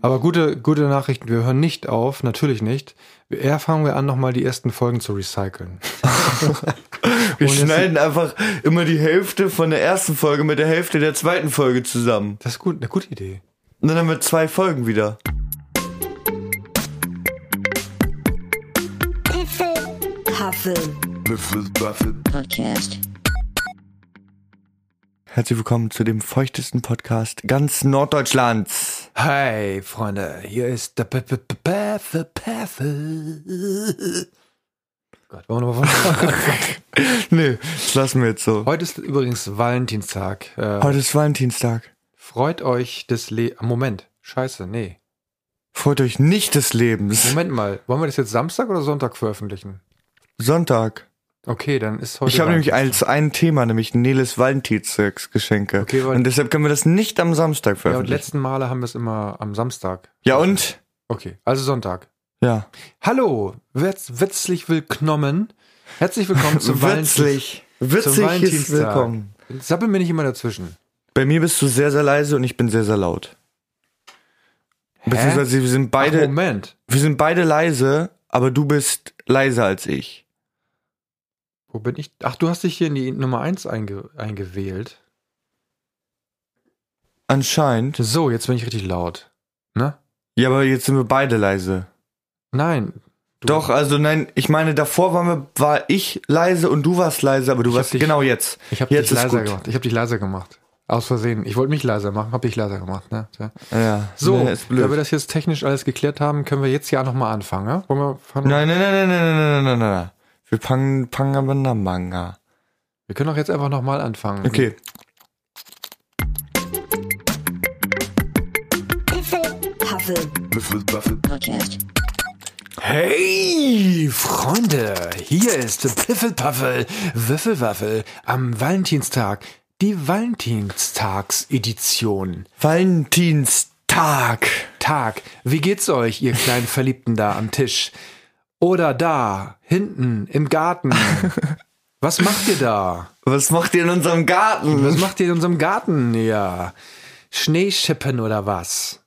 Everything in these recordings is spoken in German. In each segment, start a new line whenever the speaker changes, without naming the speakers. Aber gute, gute Nachrichten, wir hören nicht auf, natürlich nicht. Eher fangen wir an, nochmal die ersten Folgen zu recyceln.
Wir
Und das-
schneiden einfach immer die Hälfte von der ersten Folge mit der Hälfte der zweiten Folge zusammen.
Das ist gut, eine gute Idee.
Und dann haben wir zwei Folgen wieder.
Huffle Podcast.
Herzlich willkommen zu dem feuchtesten Podcast ganz Norddeutschlands.
Hi, Freunde, hier ist der P- P- P- Päffel, Päffel. Gott, wollen wir nochmal von vorne?
Nee, das lassen wir jetzt so.
Heute ist übrigens Valentinstag. Äh,
Heute ist Valentinstag.
freut euch des Le... Moment, scheiße, nee.
Freut euch nicht des Lebens.
Moment mal, wollen wir das jetzt Samstag oder Sonntag veröffentlichen?
Sonntag.
Okay, dann ist heute...
Ich habe nämlich
Valentinstag.
als ein Thema, nämlich Neles Valentinstagsgeschenke.
Okay, weil-
und deshalb können wir das nicht am
Ja,
Samstag
und
veröffentlichen.
letzten Male haben wir es immer am Samstag.
Ja und?
Okay, also Sonntag.
Ja.
Hallo, wetz, witzlich willkommen. Herzlich willkommen zum Valentinstag.
Witzig. Witzig ist
Valentinstag.
willkommen.
Sappel mir nicht immer dazwischen.
Bei mir bist du sehr, sehr leise und ich bin sehr, sehr laut. Beziehungsweise wir sind
Ach,
beide,
Moment.
wir sind beide leise, aber du bist leiser als ich.
Wo bin ich? Ach, du hast dich hier in die Nummer 1 einge eingewählt.
Anscheinend.
So, jetzt bin ich richtig laut. Ne?
Ja, aber jetzt sind wir beide leise.
Nein.
Doch, also nein, ich meine, davor waren wir, war ich leise und du warst leise, aber du
Ich hab
warst
dich-
genau jetzt.
Ich habe dich
jetzt
leiser gemacht. Ich habe dich leiser gemacht. Aus Versehen. Ich wollte mich leiser machen, habe dich leiser gemacht. Ne? Tja.
Ja.
So,
nee, Ne, ist blöd.
da wir das jetzt technisch alles geklärt haben, können wir jetzt ja nochmal anfangen. Ja? Wollen wir, fangen?
Nein, nein, nein, nein, nein, nein, nein, nein, nein. Wir pangen, pangen, manga, manga.
wir können doch jetzt einfach nochmal anfangen.
Okay.
Huffle Podcast.
Hey, Freunde, hier ist Piffelpaffel, Würfelwaffel am Valentinstag, die Valentinstagsedition.
Valentinstag.
Tag, wie geht's euch, ihr kleinen Verliebten da am Tisch? Oder da, hinten, im Garten. Was macht ihr da?
Was macht ihr in unserem Garten?
Was macht ihr in unserem Garten? Ja, Schnee schippen oder was?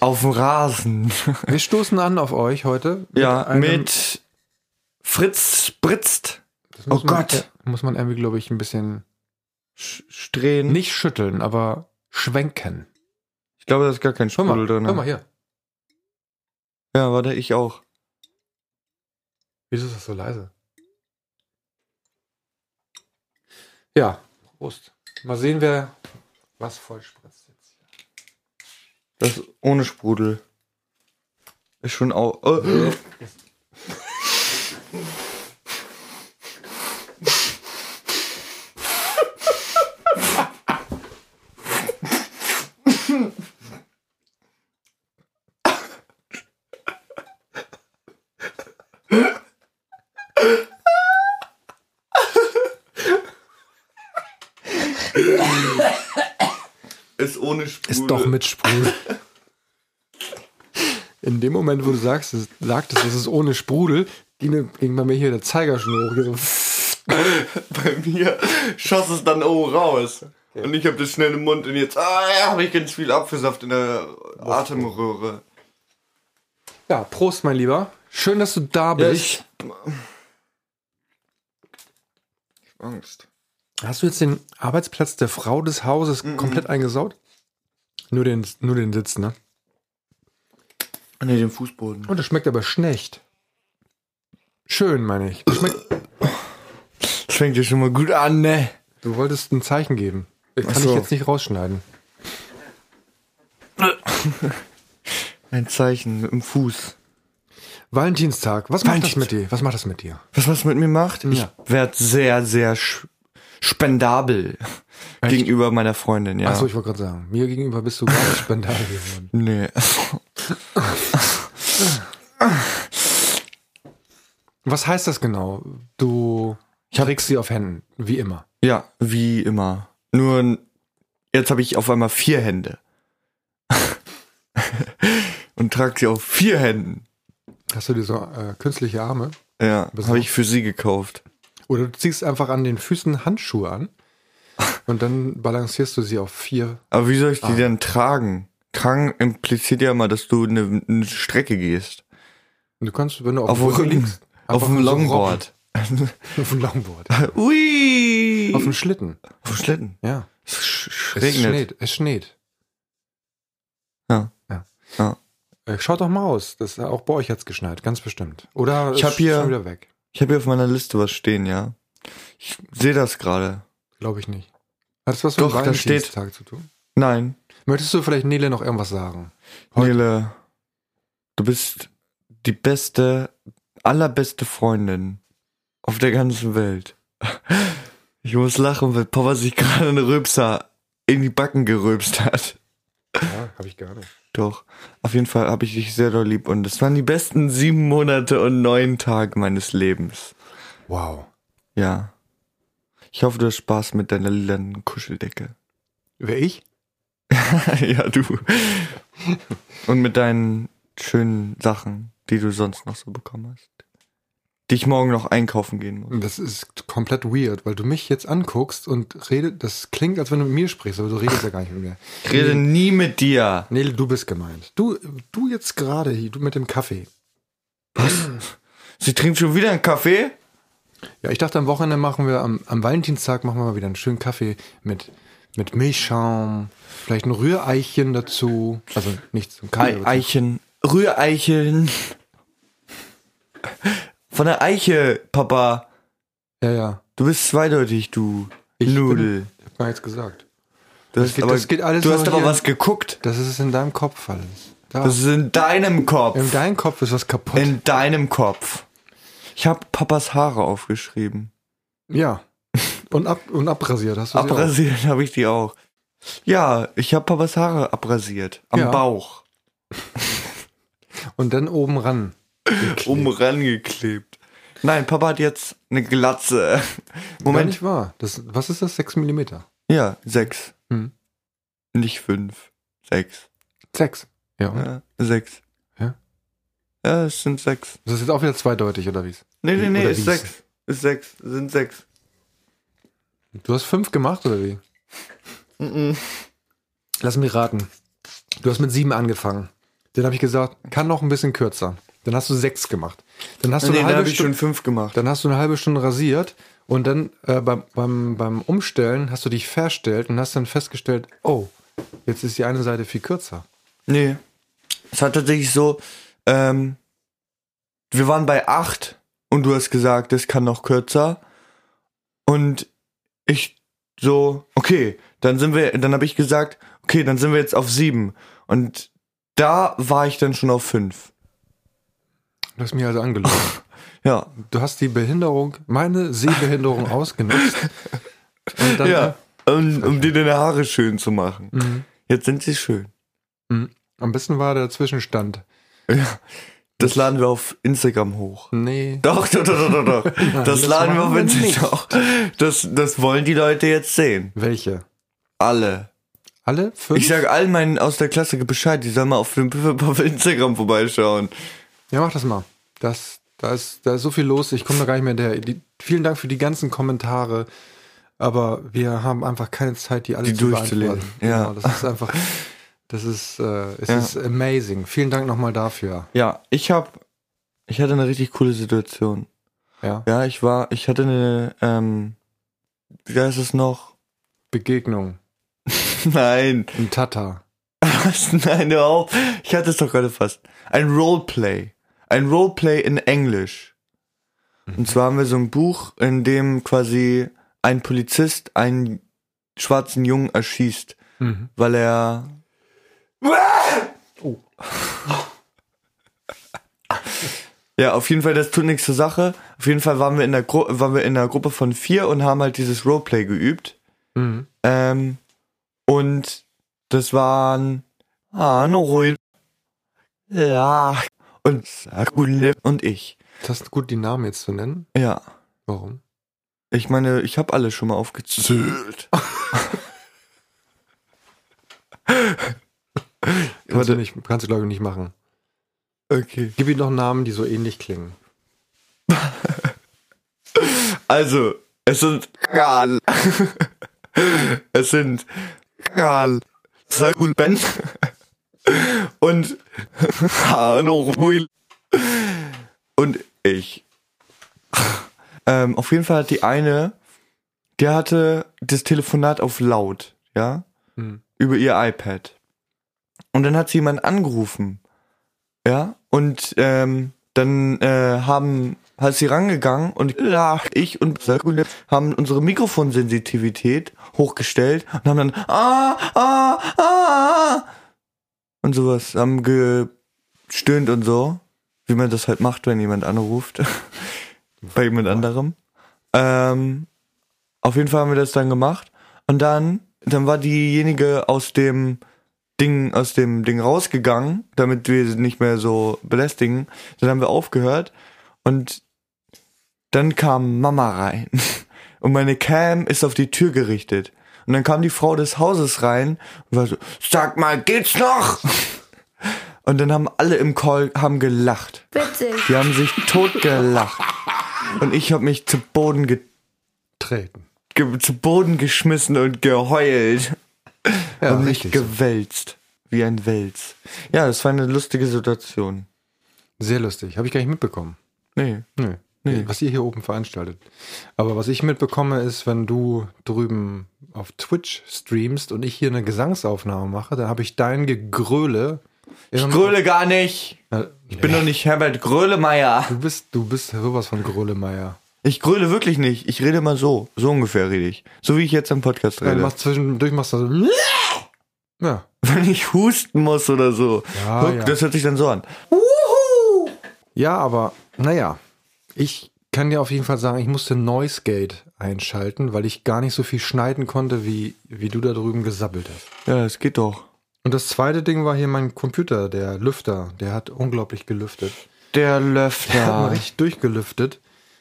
Auf dem Rasen.
Wir stoßen an auf euch heute. mit
ja,
einem-
mit Fritz Spritzt.
das muss
oh
man-
Gott.
Muss man irgendwie, glaube ich, ein bisschen
Strähnen.
nicht schütteln, aber schwenken.
Ich glaube, da ist gar kein
Hör mal,
Sprudel drin. ne?
hör mal hier.
Ja, warte, ich auch.
Wieso ist das so leise? Ja, Prost. Mal sehen, wer was voll spritzt jetzt hier.
Das ist ohne Sprudel. Ist schon auch. Oh. Ist ohne Sprudel.
Ist doch mit Sprudel. In dem Moment, wo du sagst, es, sagtest, es ist ohne Sprudel, ging, mir- ging bei mir hier der Zeiger schon hoch. Hier so.
bei mir schoss es dann oben raus. Und ich habe das schnell im Mund und jetzt ah, ja, habe ich ganz viel Apfelsaft in der Atemröhre.
Ja, Prost, mein Lieber. Schön, dass du da bist.
ich hab Angst.
Hast du jetzt den Arbeitsplatz der Frau des Hauses komplett eingesaut? Nur den, nur den Sitz, ne?
Ne, den Fußboden.
Und das schmeckt aber schlecht. Schön, meine ich. Das Schmeckt,
Das fängt ja schon mal gut an, ne?
du wolltest ein Zeichen geben. Das
Ach
kann
so.
ich jetzt nicht rausschneiden.
Ein Zeichen mit dem Fuß.
Valentinstag. Was macht das
Valentinstag.
mit dir? Was macht das mit dir?
Was was mit mir macht?
Ja.
Ich werd sehr, sehr sch spendabel gegenüber meiner Freundin, ja.
Achso, ich wollte gerade sagen, mir gegenüber bist du gar nicht spendabel geworden.
nee.
Was heißt das genau? Du
Ich hab-
trägst sie auf Händen, wie immer.
Ja, wie immer. Nur jetzt habe ich auf einmal vier Hände. Und trage sie auf vier Händen.
Hast du dir so äh, künstliche Arme?
Ja,
Was
habe
noch?
ich für sie gekauft.
Oder du ziehst einfach an den Füßen Handschuhe an und dann balancierst du sie auf vier. Ah.
Aber wie soll ich die denn tragen? Krank impliziert ja mal, dass du eine, eine Strecke gehst.
Du kannst, wenn du auf,
Auf,
dem Rücken
dem-
liegst,
auf
einfach
dem
so robben.
Longboard.
Auf dem Longboard.
Ui!
auf dem Schlitten.
auf dem Schlitten.
Ja.
Es sch- sch-
Es
regnet.
schneit. Es schneit.
Ja.
Ja.
Ja.
Äh, Schaut doch mal aus. Das, auch bei euch hat es geschneit, ganz bestimmt. Oder
Ich hab
ist
hier-
schon wieder weg.
Ich habe hier auf meiner Liste was stehen, ja. Ich sehe das gerade.
Glaube ich nicht. Hat es was mit
Doch, da steht-
Valentinstag zu tun?
Nein.
Möchtest du vielleicht Nele noch irgendwas sagen? Heute-
Nele, du bist die beste, allerbeste Freundin auf der ganzen Welt. Ich muss lachen, weil Papa sich gerade eine Rübser in die Backen gerülpst hat.
Ja, habe ich gar nicht.
Doch, auf jeden Fall habe ich dich sehr doll lieb und es waren die besten sieben Monate und neun Tage meines Lebens.
Wow.
Ja. Ich hoffe, du hast Spaß mit deiner lilanen Kuscheldecke.
Wer ich?
ja, du. Und mit deinen schönen Sachen, die du sonst noch so bekommen hast. Die ich morgen noch einkaufen gehen muss.
Das ist komplett weird, weil du mich jetzt anguckst und redet. Das klingt, als wenn du mit mir sprichst, aber du redest ja gar nicht mit mir.
Ich rede nie mit dir.
Nele, du bist gemeint. Du, du jetzt gerade hier, du mit dem Kaffee.
Sie trinkt schon wieder einen Kaffee?
Ja, ich dachte, am Wochenende machen wir, am, am Valentinstag machen wir mal wieder einen schönen Kaffee mit, mit Milchschaum, vielleicht ein Rühreichen dazu. Also nicht zum Kaffee.
Ei
aber zum-
Eichen. Rühreichen. Von der Eiche, Papa.
Ja, ja.
Du bist zweideutig, du
Ich
Nudel.
Bin, ich hab mal jetzt gesagt.
Du hast
geht-
aber,
das geht alles
du
nur
hast aber
hier-
was geguckt.
Das ist es in deinem Kopf alles. Da,
Das ist in deinem Kopf.
in deinem Kopf ist was kaputt.
In deinem Kopf. Ich habe Papas Haare aufgeschrieben.
ja. Und, ab, und abrasiert hast du sie auch.
Abrasiert habe ich die auch. Ja, ich habe Papas Haare abrasiert. Am
Ja.
Bauch.
Und dann oben ran.
Um rangeklebt. Nein, Papa hat jetzt eine Glatze.
Gar
Moment.
nicht wahr. Das, was ist das? 6 mm?
Ja, sechs.
Hm.
Nicht fünf. Sechs.
6. Ja. und?
Ja, sechs.
Ja.
Ja, es sind sechs.
Ist das jetzt auch wieder zweideutig, oder wie's?
Nee, nee, nee,
Oder
ist
wie's?
sechs. Ist sechs. Sind sechs.
Du hast 5 gemacht, oder wie? Lass mich raten. Du hast mit 7 angefangen. Dann habe ich gesagt, kann noch ein bisschen kürzer. Dann hast du 6 gemacht. Dann hast du
Nee,
eine
da
halbe
habe ich schon
Stunde.
fünf gemacht.
Dann hast du eine halbe Stunde rasiert und dann äh, beim, beim, beim Umstellen hast du dich verstellt und hast dann festgestellt, oh, jetzt ist die eine Seite viel kürzer.
Nee. Es war tatsächlich so, ähm, wir waren bei acht und du hast gesagt, es kann noch kürzer. Und ich so, okay, dann sind wir, dann habe ich gesagt, okay, dann sind wir jetzt auf sieben. Und da war ich dann schon auf fünf.
Du hast mich also angelogen.
Ja.
Du hast die Behinderung, meine Sehbehinderung ausgenutzt. Und dann, äh,
ja. Um, um dir deine Haare schön zu machen. Jetzt sind sie schön.
Mhm. Am besten war der Zwischenstand.
Das laden wir auf Instagram hoch.
Nee.
Doch, doch, doch, doch, doch. doch. Das
das
laden wir auf
machen wir
Instagram hoch. Das, das wollen die Leute jetzt sehen.
Welche?
Alle.
Alle? Fünf?
Ich sag all meinen aus der Klasse Bescheid, die sollen mal auf dem Piff- auf Instagram vorbeischauen.
ja, mach das mal. Das, da, ist, da ist so viel los, ich komme da gar nicht mehr hinterher. Die, vielen Dank für die ganzen Kommentare. Aber wir haben einfach keine Zeit, die alle
Die
zu
durchzulesen.
beantworten.
Ja.
Genau, das ist einfach, das ist, äh, es
Ja.
ist amazing. Vielen Dank nochmal dafür.
Ja, ich hab, ich hatte eine richtig coole Situation.
Ja.
Ja, ich war, ich hatte eine, ähm, wie heißt es noch?
Begegnung.
Nein,
Ein Tata.
was? Nein, hör auf. Ich hatte es doch gerade fast. Ein Roleplay. Ein Roleplay in Englisch. Und zwar haben wir so ein Buch, in dem quasi ein Polizist einen schwarzen Jungen erschießt,
Mhm.
weil er
Oh.
Ja, auf jeden Fall, das tut nichts zur Sache. Auf jeden Fall waren wir in der, Gru waren wir in der Gruppe von vier und haben halt dieses Roleplay geübt.
Mhm.
Ähm, und das waren ah, eine Ruhe. Ja. Und Sakule und ich.
Das ist gut, die Namen jetzt zu nennen.
Ja.
Warum?
Ich meine, ich habe alle schon mal aufgezählt.
Kannst
Warte.
du, nicht, kannst du glaube ich nicht machen.
Okay.
Gib ihm noch Namen, die so ähnlich klingen.
Also, es sind Karl. es sind Karl. Sakul Ben. Und Hanno Ruhl. Und ich. Ähm, auf jeden Fall hat die eine, die hatte das Telefonat auf laut, ja,
Mhm.
über ihr iPad. Und dann hat sie jemand angerufen, ja, und ähm, dann äh, haben, hat sie rangegangen und ja, ich und haben unsere Mikrofonsensitivität hochgestellt und haben dann ah, ah, ah und sowas, haben gestöhnt und so, wie man das halt macht, wenn jemand anruft bei jemand anderem. Ähm, auf jeden Fall haben wir das dann gemacht. Und dann, dann war diejenige aus dem Ding, aus dem Ding rausgegangen, damit wir sie nicht mehr so belästigen. Dann haben wir aufgehört und dann kam Mama rein. Und meine Cam ist auf die Tür gerichtet. Und dann kam die Frau des Hauses rein und war so, sag mal, geht's noch? Und dann haben alle im Call haben gelacht.
Witzig.
Die haben sich totgelacht. Und ich habe mich zu Boden, ge
Treten.
ge zu Boden geschmissen und geheult.
Ja,
und mich
richtig.
gewälzt. Wie ein Wels. Ja, das war eine lustige Situation.
Sehr lustig. Habe ich gar nicht mitbekommen.
Nee.
Nö.
Nee.
Was ihr hier oben veranstaltet. Aber was ich mitbekomme, ist, wenn du drüben auf Twitch streamst und ich hier eine Gesangsaufnahme mache, dann habe ich dein Gegröle. Äh,
Ich gröle gar nicht. Ich bin doch nicht Herbert Grölemeyer.
Du bist, du bist sowas von Grölemeier.
Ich gröle wirklich nicht. Ich rede mal so. So ungefähr rede ich. So wie ich jetzt im Podcast
Du
rede.
machst zwischendurch machst du so. Ja.
Wenn ich husten muss oder so.
Ja,
Guck,
ja.
Das hört sich dann so an.
Ja, aber naja, ich kann dir auf jeden Fall sagen, ich musste Noise Gate einschalten, weil ich gar nicht so viel schneiden konnte, wie, wie du da drüben gesabbelt hast.
Ja, das geht doch.
Und das zweite Ding war hier mein Computer, der Lüfter. Der hat unglaublich gelüftet. Der
Der
hat mal
Löffler.
richtig durchgelüftet,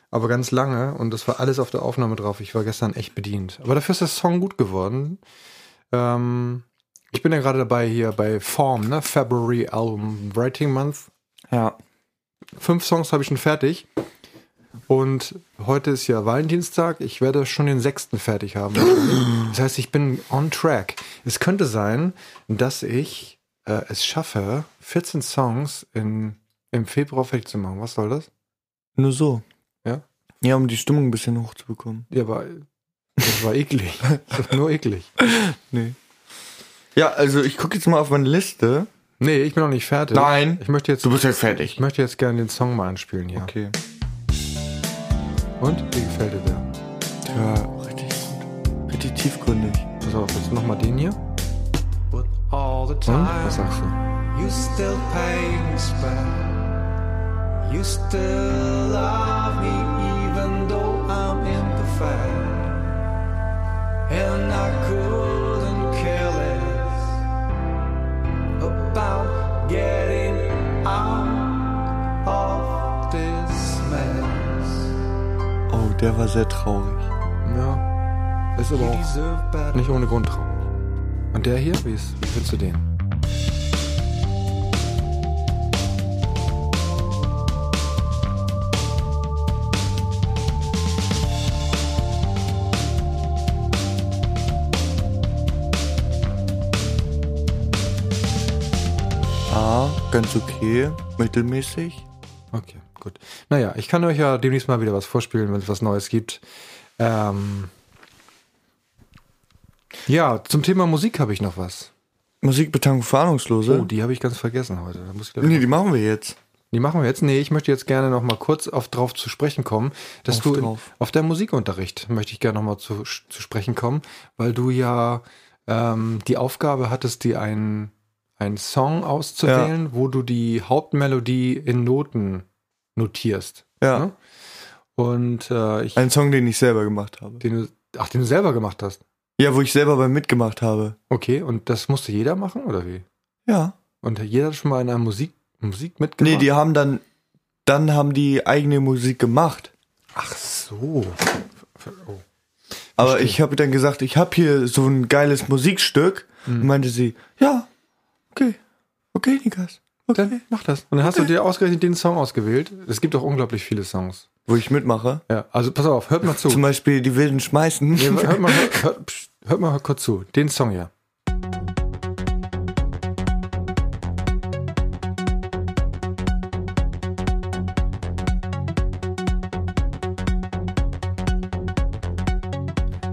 aber ganz lange. Und das war alles auf der Aufnahme drauf. Ich war gestern echt bedient. Aber dafür ist der Song gut geworden. Ähm, ich bin ja gerade dabei hier bei Form, ne? February Album Writing Month.
Ja.
Fünf Songs habe ich schon fertig. Und heute ist ja Valentinstag. Ich werde schon den sechsten fertig haben. Das heißt, ich bin on track. Es könnte sein, dass ich äh, es schaffe, 14 Songs in, im Februar fertig zu machen. Was soll das?
Nur so.
Ja?
Ja, um die Stimmung ein bisschen hochzubekommen.
Ja, aber das war eklig. Das war nur eklig.
Nee. Ja, also ich gucke jetzt mal auf meine Liste.
Nee, ich bin noch nicht fertig.
Nein.
Ich möchte jetzt,
Du bist jetzt
ich
fertig.
möchte jetzt gerne den Song mal anspielen hier.
Okay.
Und? Wie gefällt dir der?
Ja, Ah, richtig gut. Richtig tiefgründig.
Pass auf, jetzt nochmal den hier. Und?
But all the
Was
time,
sagst du?
you still paying us back. You still love me, even though I'm imperfect. And I couldn't care less about getting out of this mess.
Oh, der war sehr traurig.
Ja. Ist aber
Oh.
You
auch
deserve better.
nicht ohne Grund traurig. Und der hier? Wie, ist, wie findest du den?
Ah, ganz okay. Mittelmäßig.
Okay, gut. Naja, ich kann euch ja demnächst mal wieder was vorspielen, wenn es was Neues gibt. Ähm, ja, zum Thema Musik habe ich noch was.
Musikbetankung für Ahnungslose.
Oh, die habe ich ganz vergessen heute. Da muss ich, glaub ich,
nee, die machen wir jetzt.
Die machen wir jetzt. Nee, ich möchte jetzt gerne noch mal kurz auf drauf zu sprechen kommen, dass
Auf
du in,
drauf.
auf deinen Musikunterricht möchte ich gerne noch mal zu, zu sprechen kommen, weil du ja ähm, die Aufgabe hattest, dir einen, einen Song auszuwählen, wo du die Hauptmelodie in Noten notierst.
Ja.
Ne? Und äh, ich
Ein Song, den ich selber gemacht habe.
den du, ach, den du selber gemacht hast.
Ja, wo ich selber beim mitgemacht habe.
Okay, und das musste jeder machen oder wie?
Ja.
Und jeder hat schon mal in einer Musik Musik
Nee,
mitgemacht?
die haben dann, dann haben die eigene Musik gemacht.
ach so. Oh.
Aber
Verstehe.
ich habe dann gesagt, ich habe hier so ein geiles Musikstück. Und meinte sie, ja, okay, okay, Nikas. Okay.
Dann mach das. Und dann hast du dir ausgerechnet den Song ausgewählt. Es gibt auch unglaublich viele Songs.
Wo ich mitmache.
Ja, also pass auf, hört mal zu.
Zum Beispiel die wilden Schmeißen.
Nee, hört, mal, hört, hört, pst, hört mal kurz zu. Den Song hier.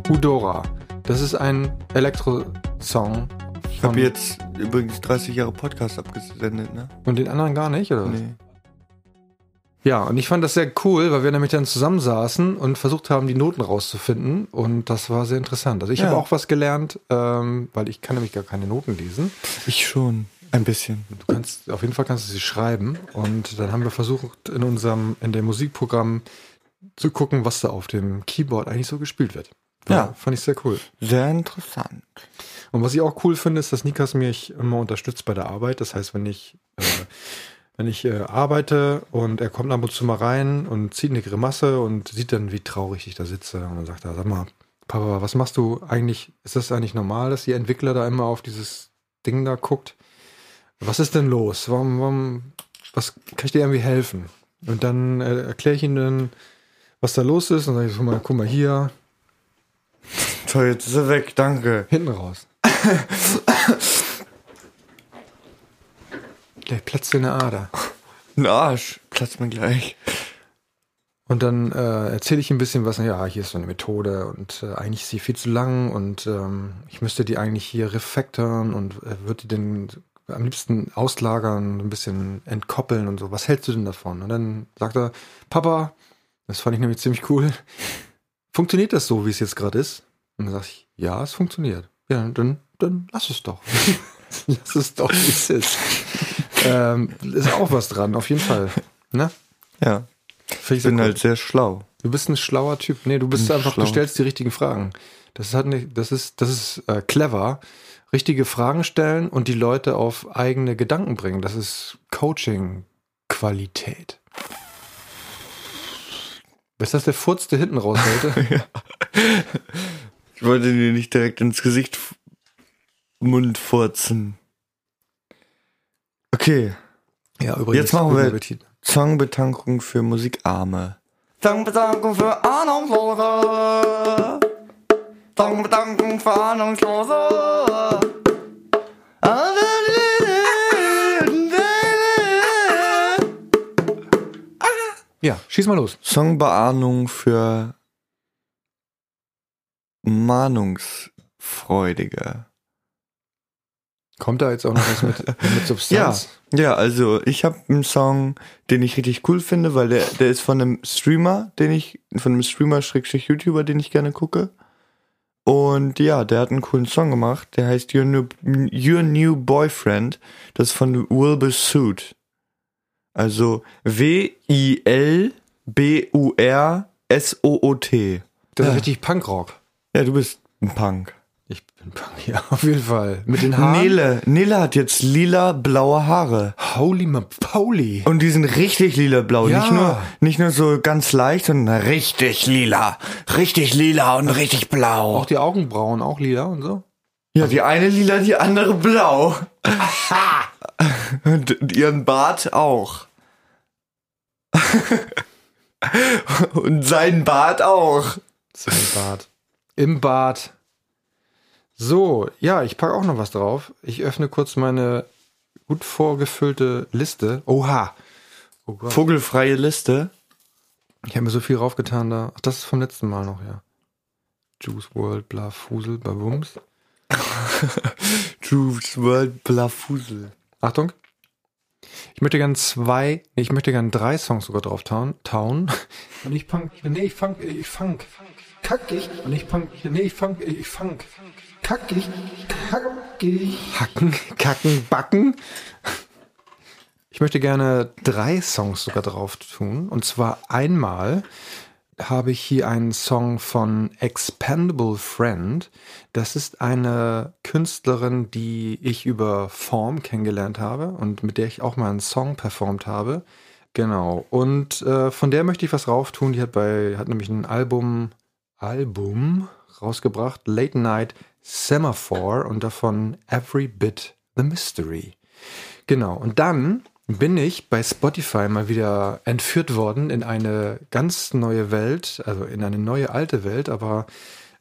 Udora. Das ist ein Elektro-Song.
Ich habe jetzt übrigens 30 Jahre Podcast abgesendet, ne?
Und den anderen gar nicht, oder? was?
Nee.
Ja, und ich fand das sehr cool, weil wir nämlich dann zusammensaßen und versucht haben, die Noten rauszufinden. Und das war sehr interessant. Also ich
Ja.
habe auch was gelernt, ähm, weil ich kann nämlich gar keine Noten lesen.
Ich schon. Ein bisschen.
Du kannst, auf jeden Fall kannst du sie schreiben. Und dann haben wir versucht, in unserem, in dem Musikprogramm zu gucken, was da auf dem Keyboard eigentlich so gespielt wird.
Ja.
Fand ich sehr cool.
Sehr interessant.
Und was ich auch cool finde, ist, dass Nikas mich immer unterstützt bei der Arbeit. Das heißt, wenn ich, äh, wenn ich äh, arbeite und er kommt ab und zu mal rein und zieht eine Grimasse und sieht dann, wie traurig ich da sitze. Und dann sagt er, sag mal, Papa, was machst du eigentlich? Ist das eigentlich normal, dass die Entwickler da immer auf dieses Ding da guckt? Was ist denn los? Warum, warum, was kann ich dir irgendwie helfen? Und dann äh, erkläre ich ihm dann, was da los ist. Und dann sage ich, guck mal, guck mal hier,
So, jetzt ist er weg, danke.
Hinten raus. Gleich platzt dir eine Ader.
Ein Arsch. Platzt mir gleich.
Und dann äh, erzähle ich ein bisschen was. Ja, hier ist so eine Methode und äh, eigentlich ist sie viel zu lang und ähm, ich müsste die eigentlich hier refactoren und äh, würde die denn am liebsten auslagern, ein bisschen entkoppeln und so. Was hältst du denn davon? Und dann sagt er, Papa, das fand ich nämlich ziemlich cool, funktioniert das so, wie es jetzt gerade ist? Und dann sage ich, ja, es funktioniert. Ja, dann, dann lass es doch. lass es doch, wie es ist. ähm, ist auch was dran, auf jeden Fall. Ne?
Ja.
Finde
Ich
sehr
bin
cool.
halt sehr schlau.
Du bist ein schlauer Typ. Nee, du bist
Bin
einfach,
schlau.
du stellst die richtigen Fragen. Das ist, halt nicht, das ist, das ist äh, clever. Richtige Fragen stellen und die Leute auf eigene Gedanken bringen. Das ist Coaching-Qualität. Ist das der Furz, der hinten raus wollte?
Ich wollte dir nicht direkt ins Gesicht f- Mund furzen. Okay.
ja, übrigens.
Jetzt machen wir-
guten Appetit.
Zangenbetankung für Musikarme. Zangenbetankung für Ahnungslose. Zangenbetankung für Ahnungslose.
Ja, schieß mal los.
Songbeahnung für Mahnungsfreudige.
Kommt da jetzt auch noch was mit, mit Substanz?
Ja, also ich habe einen Song, den ich richtig cool finde, weil der, der ist von einem Streamer, den ich, von einem Streamer schrägstrich YouTuber, den ich gerne gucke. Und ja, der hat einen coolen Song gemacht, der heißt Your New, Your New Boyfriend. Das ist von Wilbur Suit. Also W-I-L-B-U-R-S-O-O-T.
Das ist richtig Punkrock.
Ja, du bist ein Punk.
Ich bin Punk, ja, auf jeden Fall. Mit den Haaren.
Nele, Nele hat jetzt lila blaue Haare.
Holy ma Pauli.
Und die sind richtig lila-blau.
Ja.
Nicht, nur, nicht nur so ganz leicht, sondern richtig lila. Richtig lila und richtig blau.
Auch die Augenbrauen, auch lila und so.
Ja, die eine lila, die andere blau. und, und ihren Bart auch. und seinen Bart auch.
Sein Bad. Im Bad. So, ja, ich packe auch noch was drauf. Ich öffne kurz meine gut vorgefüllte Liste. Oha. Oh Gott.
Vogelfreie Liste.
Ich habe mir so viel raufgetan da. Ach, das ist vom letzten Mal noch, ja. Juice World, bla, Fusel, bla, Wumms.
Juice World Blafusel.
Achtung. Ich möchte gern zwei, nee, ich möchte gern drei Songs sogar drauf tauen. tauen. Und ich fang, nee, ich fang, ich fang, kackig. Und ich fang, nee, ich fang, ich fang, kackig, kackig. Hacken, kacken, backen. Ich möchte gerne drei Songs sogar drauf tun. Und zwar einmal habe ich hier einen Song von Expandable Friend. Das ist eine Künstlerin, die ich über Form kennengelernt habe und mit der ich auch mal einen Song performt habe. Genau. Und äh, von der möchte ich was rauf tun. Die hat bei, hat nämlich ein Album, Album rausgebracht, Late Night Semaphore und davon Every Bit the Mystery. Genau. Und dann bin ich bei Spotify mal wieder entführt worden in eine ganz neue Welt, also in eine neue alte Welt, aber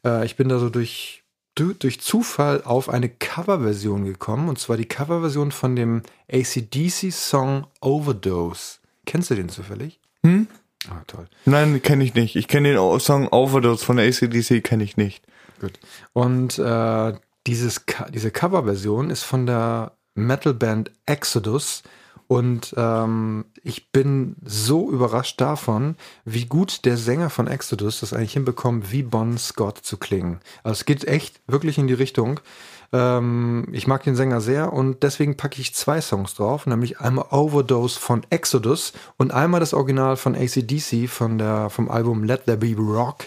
äh, ich bin da so durch, du- durch Zufall auf eine Coverversion gekommen und zwar die Coverversion von dem ACDC-Song Overdose. Kennst du den zufällig? Hm? Ah, toll.
Nein, kenne ich nicht. Ich kenne den Song Overdose von ACDC, kenne ich nicht.
Gut. Und äh, dieses, Co- diese Coverversion ist von der Metalband Exodus. Und ähm, ich bin so überrascht davon, wie gut der Sänger von Exodus das eigentlich hinbekommt, wie Bon Scott zu klingen. Also es geht echt wirklich in die Richtung. Ähm, ich mag den Sänger sehr und deswegen packe ich zwei Songs drauf, nämlich einmal Overdose von Exodus und einmal das Original von ACDC von der, vom Album Let There Be Rock,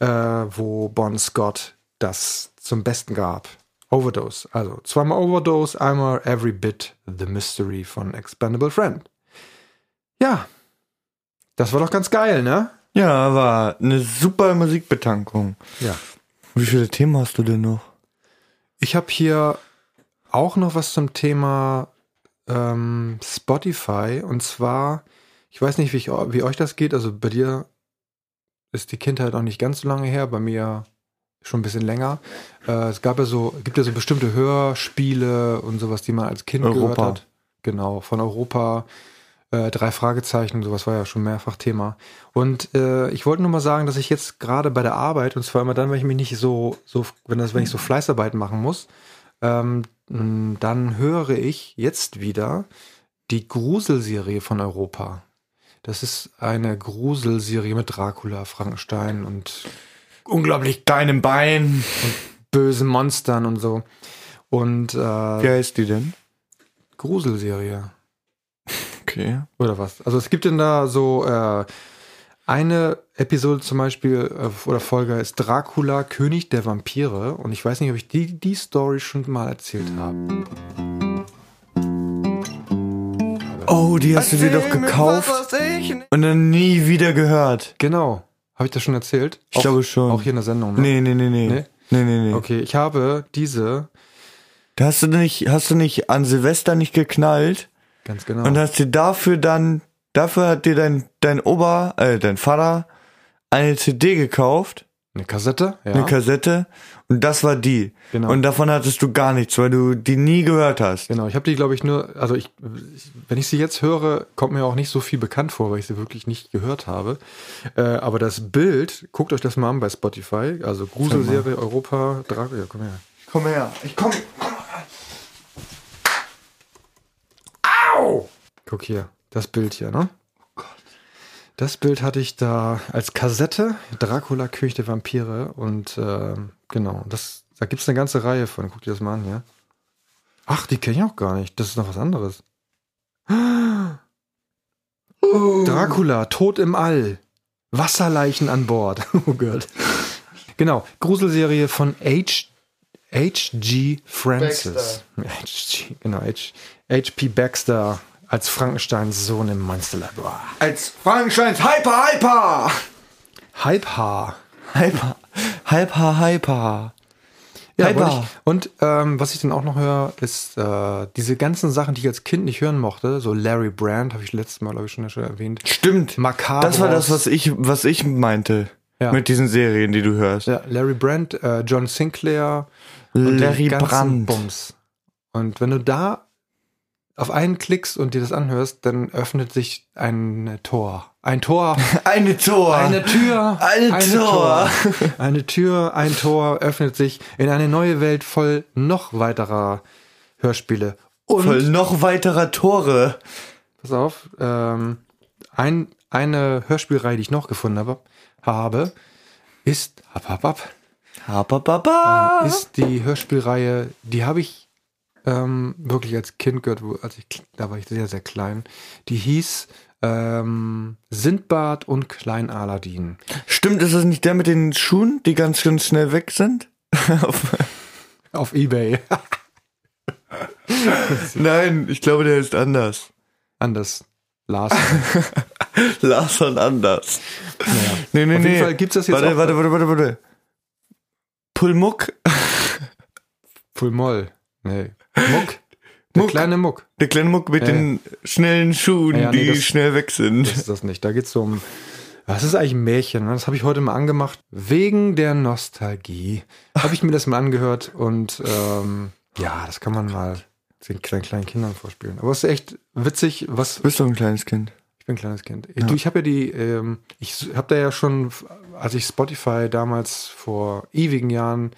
äh, wo Bon Scott das zum Besten gab. Overdose. Also zweimal Overdose, einmal Every Bit The Mystery von Expandable Friend. Ja, das war doch ganz geil, ne?
Ja, war eine super Musikbetankung.
Ja.
Wie viele Themen hast du denn noch?
Ich habe hier auch noch was zum Thema ähm, Spotify und zwar, ich weiß nicht, wie, ich, wie euch das geht, also bei dir ist die Kindheit auch nicht ganz so lange her, bei mir schon ein bisschen länger. Äh, es gab ja so, gibt ja so bestimmte Hörspiele und sowas, die man als Kind gehört
Europa.
hat. Genau, von Europa, äh, drei Fragezeichen, sowas war ja schon mehrfach Thema. Und äh, ich wollte nur mal sagen, dass ich jetzt gerade bei der Arbeit, und zwar immer dann, wenn ich mich nicht so, so wenn, das, wenn ich so Fleißarbeit machen muss, ähm, m, dann höre ich jetzt wieder die Gruselserie von Europa. Das ist eine Gruselserie mit Dracula, Frankenstein und
Unglaublich deinem Bein.
bösen Monstern und so. Und äh,
Wie heißt die denn?
Gruselserie.
Okay.
Oder was? Also es gibt denn da so äh, eine Episode zum Beispiel äh, oder Folge ist Dracula, König der Vampire. Und ich weiß nicht, ob ich die, die Story schon mal erzählt habe.
Oh, die hast du dir doch gekauft und dann nie wieder gehört.
Genau. Habe ich das schon erzählt?
Ich glaube schon.
Auch hier in der Sendung. ne?
Nee, nee, nee, nee.
Nee?
Nee, nee, nee.
Okay, ich habe diese,
Da hast du nicht, hast du nicht an Silvester nicht geknallt
ganz genau.
und hast dir dafür dann, dafür hat dir dein, dein Ober, äh, dein Vater eine CD gekauft,
eine Kassette? Ja.
eine Kassette und das war die.
Genau.
Und davon hattest du gar nichts, weil du die nie gehört hast.
Genau, ich habe die, glaube ich, nur, also ich, ich, wenn ich sie jetzt höre, kommt mir auch nicht so viel bekannt vor, weil ich sie wirklich nicht gehört habe. Äh, aber das Bild, guckt euch das mal an bei Spotify, also Gruselserie Europa, Drache, ja, komm her.
Komm her, ich komm.
Guck hier, das Bild hier, ne? Das Bild hatte ich da als Kassette, Dracula, König der Vampire und ähm, genau, das, da gibt's eine ganze Reihe von, guck dir das mal an, ja? Ach, die kenne ich auch gar nicht, das ist noch was anderes. Dracula, Tod im All, Wasserleichen an Bord, oh Gott. Genau, Gruselserie von H. H.G. Francis. H.G., genau, H- H.P. Baxter als Frankensteins Sohn im Monsterlabor.
Als Frankensteins Hyper, Hyper!
Halbhaar.
Hyper, Hyper, Hyper.
Ja,
Hyper.
wollte ich, und ähm, was ich dann auch noch höre, ist äh, diese ganzen Sachen, die ich als Kind nicht hören mochte, so Larry Brand, habe ich letztes Mal, glaube ich, schon, schon erwähnt.
Stimmt.
Makabros.
Das war das, was ich, was ich meinte.
Ja.
Mit diesen Serien, die du hörst.
Ja, Larry Brand, äh, John Sinclair den
Larry
ganzen
Brandt.
Bums. Und wenn du da auf einen klickst und dir das anhörst, dann öffnet sich ein Tor. Ein Tor.
Eine Tor.
Eine Tür,
Ein Tor.
eine Tür, ein Tor öffnet sich in eine neue Welt voll noch weiterer Hörspiele. Und
Voll noch weiterer Tore.
pass auf, ähm, ein, eine Hörspielreihe, die ich noch gefunden habe, habe ist, hab, hab, hab,
Habababa.
ist die Hörspielreihe, die habe ich ähm, wirklich als Kind gehört, wo- als ich, kle- da war ich sehr, sehr klein. Die hieß ähm, Sindbad und Klein Aladin.
Stimmt, ist das nicht der mit den Schuhen, die ganz, ganz schnell weg sind?
Auf Ebay.
Nein, ich glaube, der ist anders.
Anders. Lars.
Lars und anders. Nee, nee,
Auf
nee.
jeden Fall gibt's das jetzt
Warte,
auch-
warte, warte, warte, warte. Pullmuck.
Pulmoll. Nee. Muck. Der
Muck.
kleine Muck.
Der kleine Muck mit
Ja,
den schnellen Schuhen,
Ja, ja, nee,
die
das-
schnell weg
Das
sind.
ist das nicht. Da geht's so um. Was ist eigentlich ein Märchen? ne? Das habe ich heute mal angemacht. Wegen der Nostalgie habe ich mir das mal angehört und ähm, ja, das kann man mal den kleinen, kleinen Kindern vorspielen. Aber es ist echt witzig, was
Du bist doch ein kleines Kind.
ich bin bin ein kleines Kind. Ich, du, ich habe ja die, ähm, ich habe da ja schon, als ich Spotify damals vor ewigen Jahren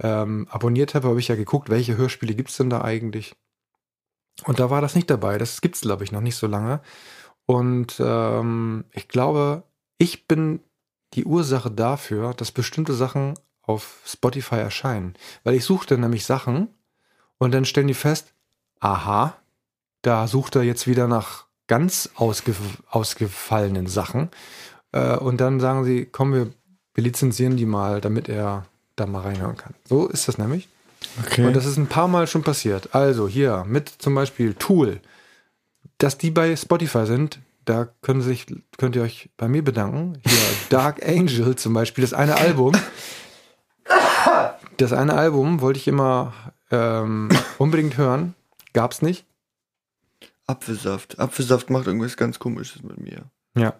ähm, abonniert habe, habe ich ja geguckt, welche Hörspiele gibt's denn da eigentlich? Und da war das nicht dabei. Das gibt's glaube ich, noch nicht so lange. Und ähm, ich glaube, ich bin die Ursache dafür, dass bestimmte Sachen auf Spotify erscheinen. Weil ich suche dann nämlich Sachen und dann stellen die fest, aha, da sucht er jetzt wieder nach ganz ausge ausgefallenen Sachen. Äh, und dann sagen sie, komm, wir, wir lizenzieren die mal, damit er da mal reinhören kann. So ist das nämlich.
Okay.
Und das ist ein paar Mal schon passiert. Also hier mit zum Beispiel Tool, dass die bei Spotify sind, da können sich, könnt ihr euch bei mir bedanken. Hier Dark Angel zum Beispiel, das eine Album. Das eine Album wollte ich immer ähm, unbedingt hören, gab's nicht.
Apfelsaft. Apfelsaft macht irgendwas ganz Komisches mit mir.
Ja,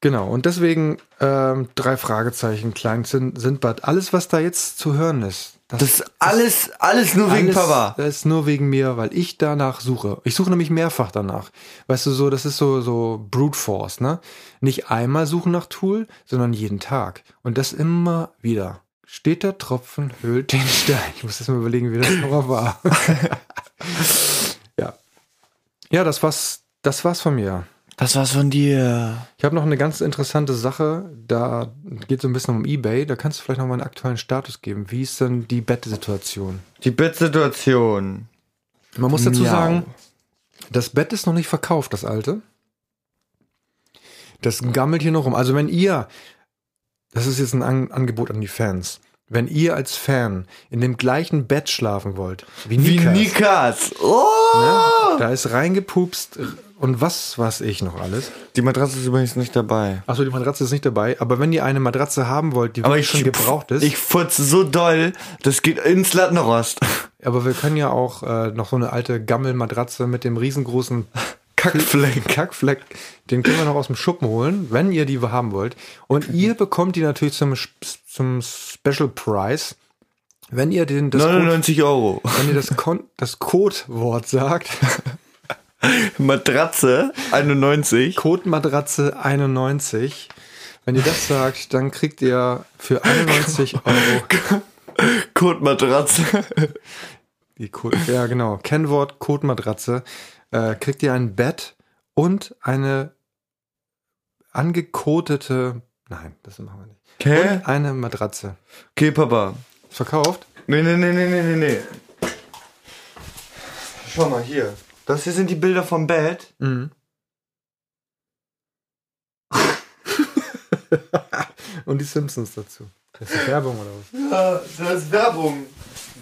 genau. Und deswegen ähm, drei Fragezeichen, klein sind, Sindbad. Alles, was da jetzt zu hören ist,
Das ist alles, alles nur wegen
alles,
Papa.
Das ist nur wegen mir, weil ich danach suche. Ich suche nämlich mehrfach danach. Weißt du, so, das ist so, so Brute Force, ne? Nicht einmal suchen nach Tool, sondern jeden Tag. Und das immer wieder. Steht der Tropfen, höhlt den Stein. Ich muss jetzt mal überlegen, wie das nochmal war. ja. Ja, das war's, das war's von mir.
Das war's von dir.
Ich habe noch eine ganz interessante Sache. Da geht es ein bisschen um Ebay. Da kannst du vielleicht noch mal einen aktuellen Status geben. Wie ist denn die Bettsituation?
Die Bettsituation.
Man muss dazu
Miau.
sagen, das Bett ist noch nicht verkauft, das alte. Das gammelt hier noch rum. Also wenn ihr, das ist jetzt ein An Angebot an die Fans, wenn ihr als Fan in dem gleichen Bett schlafen wollt, wie
Wie
Nikas,
Nikas. Oh!
ne? da ist reingepupst und was weiß ich noch alles.
Die Matratze ist übrigens nicht dabei.
Achso, die Matratze ist nicht dabei, aber wenn ihr eine Matratze haben wollt, die
Aber
wirklich
ich
schon gebraucht ist,
Ich furze so doll, das geht ins Lattenrost.
aber wir können ja auch äh, noch so eine alte Gammelmatratze mit dem riesengroßen
Kackfleck.
Kackfleck, den können wir noch aus dem Schuppen holen, wenn ihr die haben wollt. Und ihr bekommt die natürlich zum, Sp- zum Special Price, wenn ihr den, das, Code,
99 Euro.
wenn ihr das, Kon das Codewort sagt,
Matratze 91.
Codematratze 91. Wenn ihr das sagt, dann kriegt ihr für 91 Euro
Kotmatratze.
die Code, ja genau, Kennwort Codematratze, äh, kriegt ihr ein Bett und eine angekotete, nein, das machen wir nicht.
Okay.
Und eine Matratze.
Okay, Papa.
Ist Verkauft?
Nee, nee, nee, nee, nee, nee, nee. Schau mal hier. Das hier sind die Bilder vom Bett.
Und die Simpsons dazu. Das ist Werbung oder was?
Ja, das ist Werbung.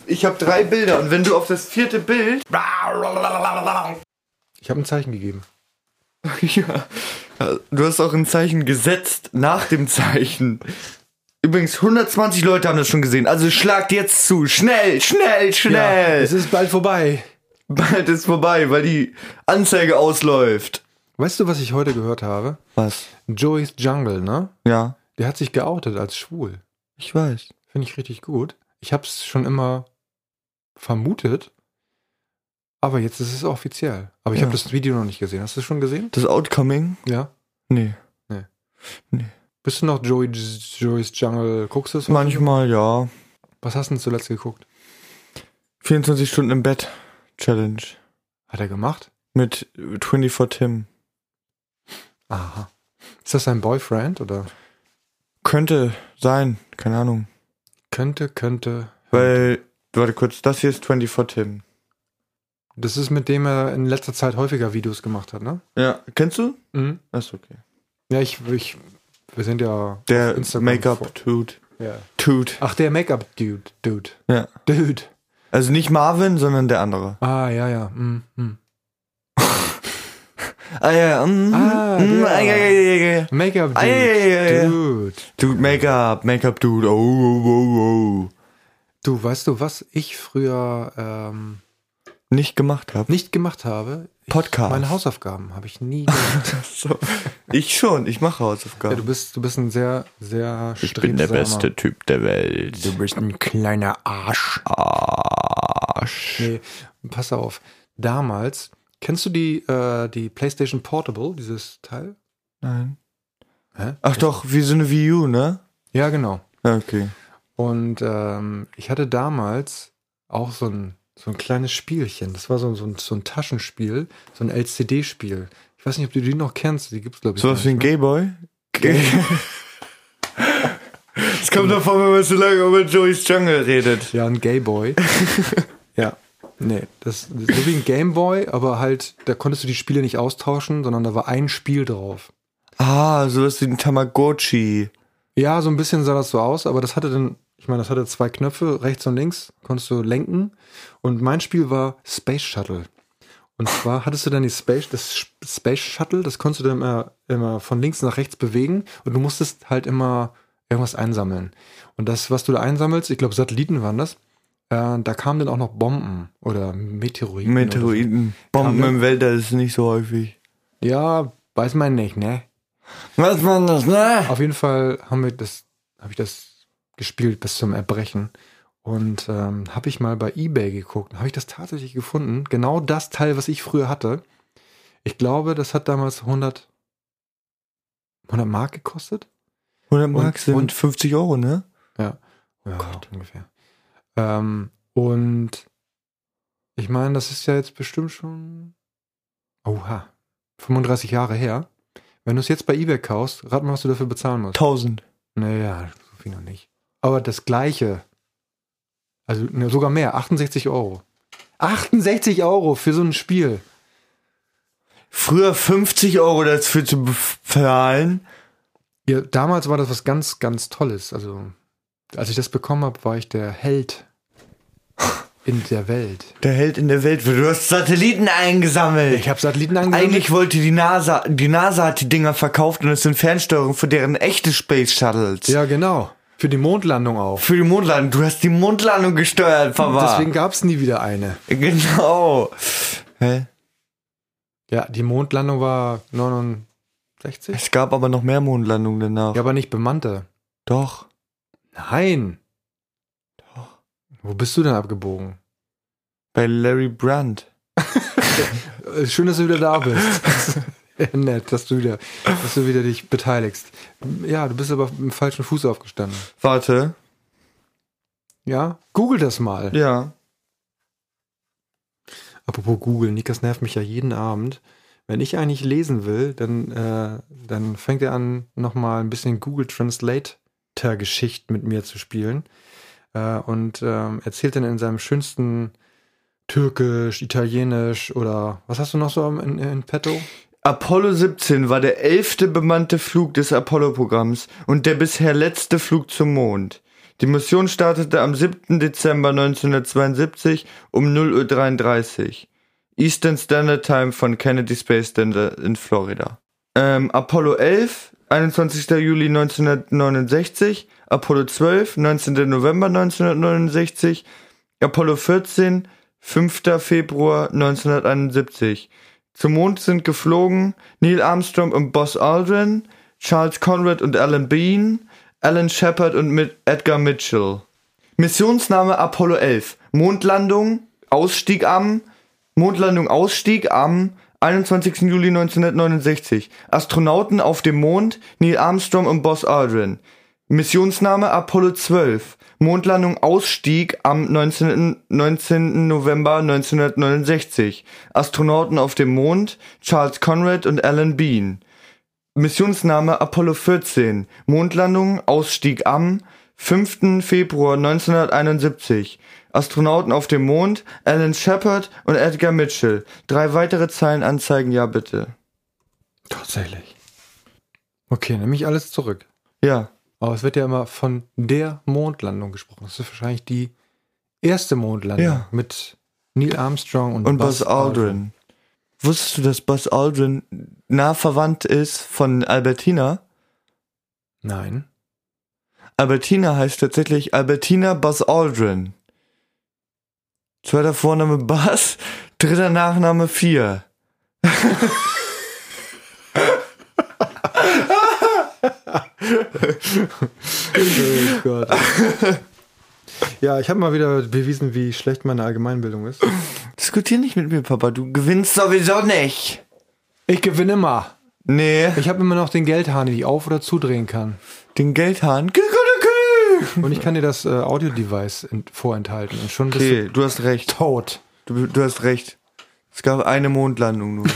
Ich habe drei Bilder und wenn du auf das vierte Bild.
Ich habe ein Zeichen gegeben.
Ja. Du hast auch ein Zeichen gesetzt nach dem Zeichen. Übrigens, 120 Leute haben das schon gesehen. Also schlagt jetzt zu. Schnell, schnell, schnell.
es ist bald vorbei.
Bald ist vorbei, weil die Anzeige ausläuft.
Weißt du, was ich heute gehört habe?
Was?
Joey's Jungle, ne?
Ja,
Der hat sich geoutet als schwul.
ich weiß.
Finde ich richtig gut. Ich habe es schon immer vermutet. Aber jetzt ist es offiziell. Aber ich
Ja.
habe das Video noch nicht gesehen. Hast du es schon gesehen?
Das Outcoming?
Ja.
Nee.
Bist du noch Joey, Joey's Jungle? Guckst du es?
Manchmal ja.
Was hast du denn zuletzt geguckt?
24 Stunden im Bett Challenge.
Hat er gemacht?
Mit 24 Tim.
Aha. Ist das sein Boyfriend oder?
Könnte sein, keine Ahnung.
Könnte, könnte.
Weil, warte kurz, das hier ist 24 Tim.
Das ist mit dem er in letzter Zeit häufiger Videos gemacht hat, ne?
Ja, kennst du?
Mhm.
Das ist okay.
Ja, ich, ich, wir sind ja.
Der
Instagram-
Make-up-Dude.
ja.
Dude.
Ach, der Make-up-Dude, Dude,
Ja.
Dude.
Also nicht Marvin, sondern der andere.
Ah, ja, ja. Mm, mm.
Ah ja, mm,
Ah,
mm,
der.
ah, ja, ja, ja, ja.
Make-up-Dude,
Ah, ja, ja, ja, ja.
Dude.
Dude, Make-up, Make-up-Dude. Oh, oh, oh, oh.
Du, weißt du, was ich früher ähm,
Nicht gemacht hab.
nicht gemacht habe? Ich,
Podcast.
Meine Hausaufgaben habe ich nie gemacht.
So. Ich schon, ich mache
ja,
Hausaufgaben.
du bist, du bist ein sehr, sehr
Ich bin der
strebsamer-
beste Typ der Welt.
Du bist ein kleiner Arsch.
Arsch.
Nee, pass auf. Damals Kennst du die, äh, die PlayStation Portable, dieses Teil?
Nein.
Hä?
Ach doch, wie so eine Wii U, ne?
Ja, genau.
Ja, Ah, Okay.
Und ähm, ich hatte damals auch so ein, so ein kleines Spielchen. Das war so, so, ein, so ein Taschenspiel, so ein LCD-Spiel. Ich weiß nicht, ob du die noch kennst. Die gibt's, glaube ich.
Sowas wie
nicht.
ein Gayboy? Es kommt davon, wenn man so lange über Joey's Jungle redet.
Ja, ein Gayboy. ja. Nee, das, das ist so wie ein Gameboy, aber halt, da konntest du die Spiele nicht austauschen, sondern da war ein Spiel drauf.
Ah, sowas wie ein Tamagotchi.
Ja, so ein bisschen sah das so aus, aber das hatte dann, ich meine, das hatte zwei Knöpfe, rechts und links, konntest du lenken. Und mein Spiel war Space Shuttle. Und zwar hattest du dann die Space, das Sch- Space Shuttle, das konntest du dann immer, immer von links nach rechts bewegen und du musstest halt immer irgendwas einsammeln. Und das, was du da einsammelst, ich glaube, Satelliten waren das, äh, da kamen dann auch noch Bomben oder Meteoriten. oder so.
Meteoriten. Bomben
Ja, ne?
im Weltall ist nicht so häufig.
Ja, weiß man nicht, ne?
Was man das, ne?
Auf jeden Fall haben wir das, habe ich das gespielt bis zum Erbrechen. Und ähm, habe ich mal bei Ebay geguckt, habe ich das tatsächlich gefunden. Genau das Teil, was ich früher hatte. Ich glaube, das hat damals 100, 100 Mark gekostet.
100 Mark
Und-
sind
und-
50 Euro, ne?
Oh Gott. Ungefähr. Ähm, und ich meine, das ist ja jetzt bestimmt schon. Oha. 35 Jahre her. Wenn du es jetzt bei eBay kaufst, rat mal, was du dafür bezahlen musst.
1000.
Naja, so viel noch nicht. Aber das gleiche. Also ne, sogar mehr, 68 Euro. 68 Euro für so ein Spiel.
Früher 50 Euro dafür zu bezahlen.
Ja, damals war das was ganz, ganz Tolles. Also, als ich das bekommen habe, war ich der Held in der Welt.
Der Held in der Welt. Du hast Satelliten eingesammelt.
Ich habe Satelliten angesammelt.
Eigentlich wollte die NASA, die NASA hat die Dinger verkauft und es sind Fernsteuerungen für deren echte Space Shuttles.
Ja, genau. Für die Mondlandung auch.
Für die Mondlandung. Du hast die Mondlandung gesteuert, Papa.
Deswegen gab es nie wieder eine.
Genau. Hä?
Ja, die Mondlandung war 69.
Es gab aber noch mehr Mondlandungen danach.
Ja, aber nicht bemannte.
Doch.
Nein. Doch. Wo bist du denn abgebogen?
Bei Larry Brandt.
Äh, Schön, dass du wieder da bist. Ja, Nett, dass du wieder, dass du wieder dich beteiligst. Ja, du bist aber mit dem falschen Fuß aufgestanden.
Warte.
Ja, google das mal.
Ja.
Apropos Google, Nikas nervt mich ja jeden Abend. Wenn ich eigentlich lesen will, dann, äh, dann fängt er an, nochmal ein bisschen Google Translator-Geschichten mit mir zu spielen. Äh, und ähm, erzählt dann in seinem schönsten Türkisch, Italienisch oder was hast du noch so am- in, in petto?
Apollo 17 war der elfte bemannte Flug des Apollo-Programms und der bisher letzte Flug zum Mond. Die Mission startete am 7. Dezember 1972 um 0.33 Uhr Eastern Standard Time von Kennedy Space Center in Florida. Ähm, Apollo 11, 21. Juli 1969, Apollo 12, 19. November 1969, Apollo 14, 5. Februar 1971. Zum Mond sind geflogen Neil Armstrong und Buzz Aldrin, Charles Conrad und Alan Bean, Alan Shepard und mit Edgar Mitchell. Missionsname Apollo 11. Mondlandung, Ausstieg am, Mondlandung, Ausstieg am 21. Juli 1969. Astronauten auf dem Mond, Neil Armstrong und Buzz Aldrin. Missionsname Apollo 12. Mondlandung Ausstieg am 19. 19. November 1969. Astronauten auf dem Mond, Charles Conrad und Alan Bean. Missionsname Apollo 14. Mondlandung Ausstieg am 5. Februar 1971. Astronauten auf dem Mond, Alan Shepard und Edgar Mitchell. Drei weitere Zeilen anzeigen, ja bitte.
Tatsächlich. Okay, nehme ich alles zurück.
Ja,
Aber es wird ja immer von der Mondlandung gesprochen. Das ist wahrscheinlich die erste Mondlandung
Ja.
mit Neil Armstrong und,
und Buzz Aldrin. Wusstest du, dass Buzz Aldrin nah verwandt ist von Albertina?
Nein.
Albertina heißt tatsächlich Albertina Buzz Aldrin. Zweiter Vorname Buzz, dritter Nachname vier.
Oh Gott. ja, ich habe mal wieder bewiesen, wie schlecht meine Allgemeinbildung ist.
Das Diskutier nicht mit mir, Papa. Du gewinnst sowieso nicht.
Ich gewinne immer.
Nee.
Ich habe immer noch den Geldhahn, den ich auf- oder zudrehen kann.
Den Geldhahn. Kuckuckuck.
Und ich kann dir das äh, Audio-Device ent- vorenthalten. Und schon bist
Okay, du hast
du
recht.
tot.
Du, du hast recht. Es gab eine Mondlandung nur.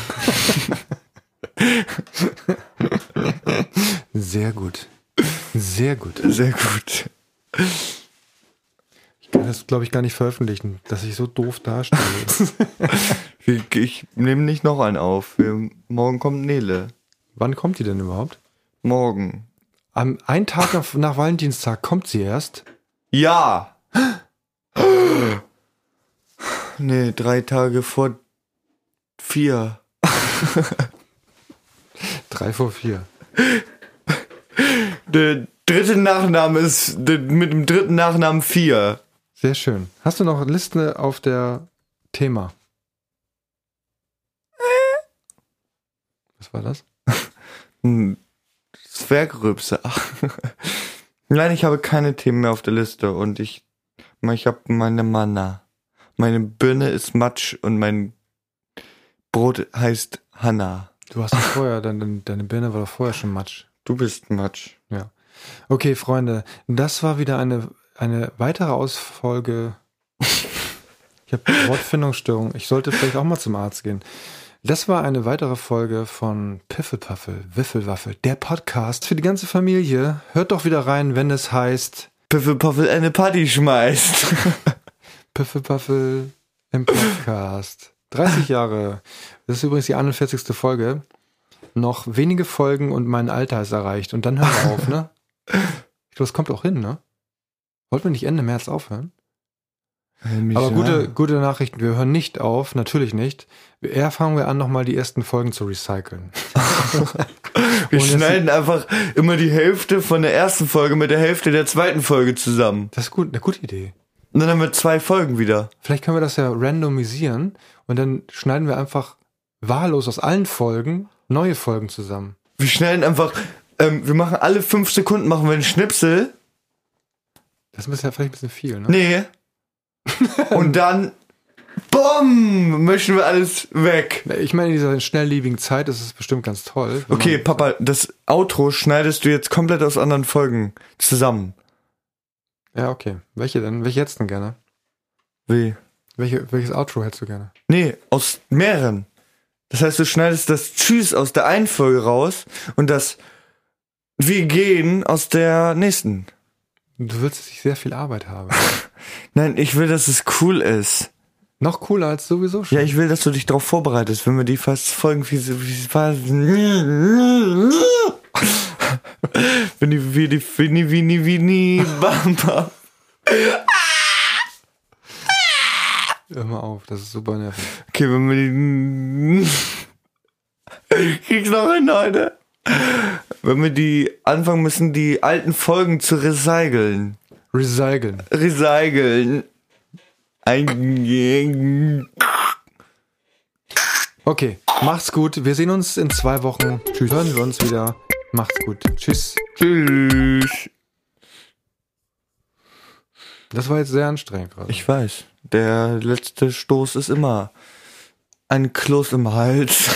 Sehr gut. Sehr gut.
Sehr gut.
Ich kann das, glaube ich, gar nicht veröffentlichen, dass ich so doof dastehe.
Ich, ich nehme nicht noch einen auf. Wir, morgen kommt Nele.
Wann kommt die denn überhaupt?
Morgen.
Am einen Tag nach, nach Valentinstag kommt sie erst.
Ja! nee, drei Tage vor vier.
Drei vor vier.
Der dritte Nachname ist der- mit dem dritten Nachnamen vier.
Sehr schön. Hast du noch Listen auf der Thema? Was war das?
Ein Zwergrübse. Nein, ich habe keine Themen mehr auf der Liste und ich, ich habe meine Manna. Meine Birne ist Matsch und mein Brot heißt Hanna.
Du hast doch vorher, deine, deine Birne war doch vorher schon Matsch.
Du bist Matsch.
Ja. Okay, Freunde, das war wieder eine, eine weitere Ausfolge. Ich habe Wortfindungsstörung. Ich sollte vielleicht auch mal zum Arzt gehen. Das war eine weitere Folge von Piffelpaffel, Wiffelwaffel, der Podcast für die ganze Familie. Hört doch wieder rein, wenn es heißt
Piffelpoffel eine Party schmeißt.
Piffelpaffel im Podcast. 30 Jahre. Das ist übrigens die 41. Folge. Noch wenige Folgen und mein Alter ist erreicht. Und dann hören wir auf, ne? Ich glaube, das kommt auch hin, ne? Wollten wir nicht Ende März aufhören? Aber gute, gute Nachrichten, wir hören nicht auf, natürlich nicht. Eher fangen wir an, nochmal die ersten Folgen zu recyceln.
Wir
Und jetzt-
schneiden einfach immer die Hälfte von der ersten Folge mit der Hälfte der zweiten Folge zusammen.
Das ist gut, eine gute Idee.
Und dann haben wir zwei Folgen wieder.
Vielleicht können wir das ja randomisieren und dann schneiden wir einfach wahllos aus allen Folgen neue Folgen zusammen.
Wir schneiden einfach, ähm, wir machen alle fünf Sekunden machen wir einen Schnipsel.
Das ist ja vielleicht ein bisschen viel, ne?
Nee. Und dann, bumm, mischen wir alles weg.
Ich meine, in dieser schnelllebigen Zeit ist es bestimmt ganz toll. wenn
Okay,
man-
Papa, das Outro schneidest du jetzt komplett aus anderen Folgen zusammen.
Ja, okay. Welche denn? Welche jetzt denn gerne?
Wie?
Welche, welches Outro hättest du gerne?
Nee, aus mehreren. Das heißt, du schneidest das Tschüss aus der einen Folge raus und das Wir gehen aus der nächsten.
Du willst, dass ich sehr viel Arbeit habe.
Nein, ich will, dass es cool ist.
Noch cooler als sowieso schon.
Ja, ich will, dass du dich darauf vorbereitest, wenn wir die fast Folgen wie so- wie fast. Wenn die wie die Fini Vini Vini Bamba.
Hör mal auf, das ist super nervig.
Okay, wenn wir die. Krieg's noch hin heute. Wenn wir die anfangen müssen, die alten Folgen zu recyceln.
Recyceln.
Recyceln. Ein.
Okay, macht's gut. Wir sehen uns in zwei Wochen. Tschüss. Hören wir uns wieder. Macht's gut. Tschüss.
Tschüss.
Das war jetzt sehr anstrengend gerade.
Ich weiß. Der letzte Stoß ist immer ein Kloß im Hals.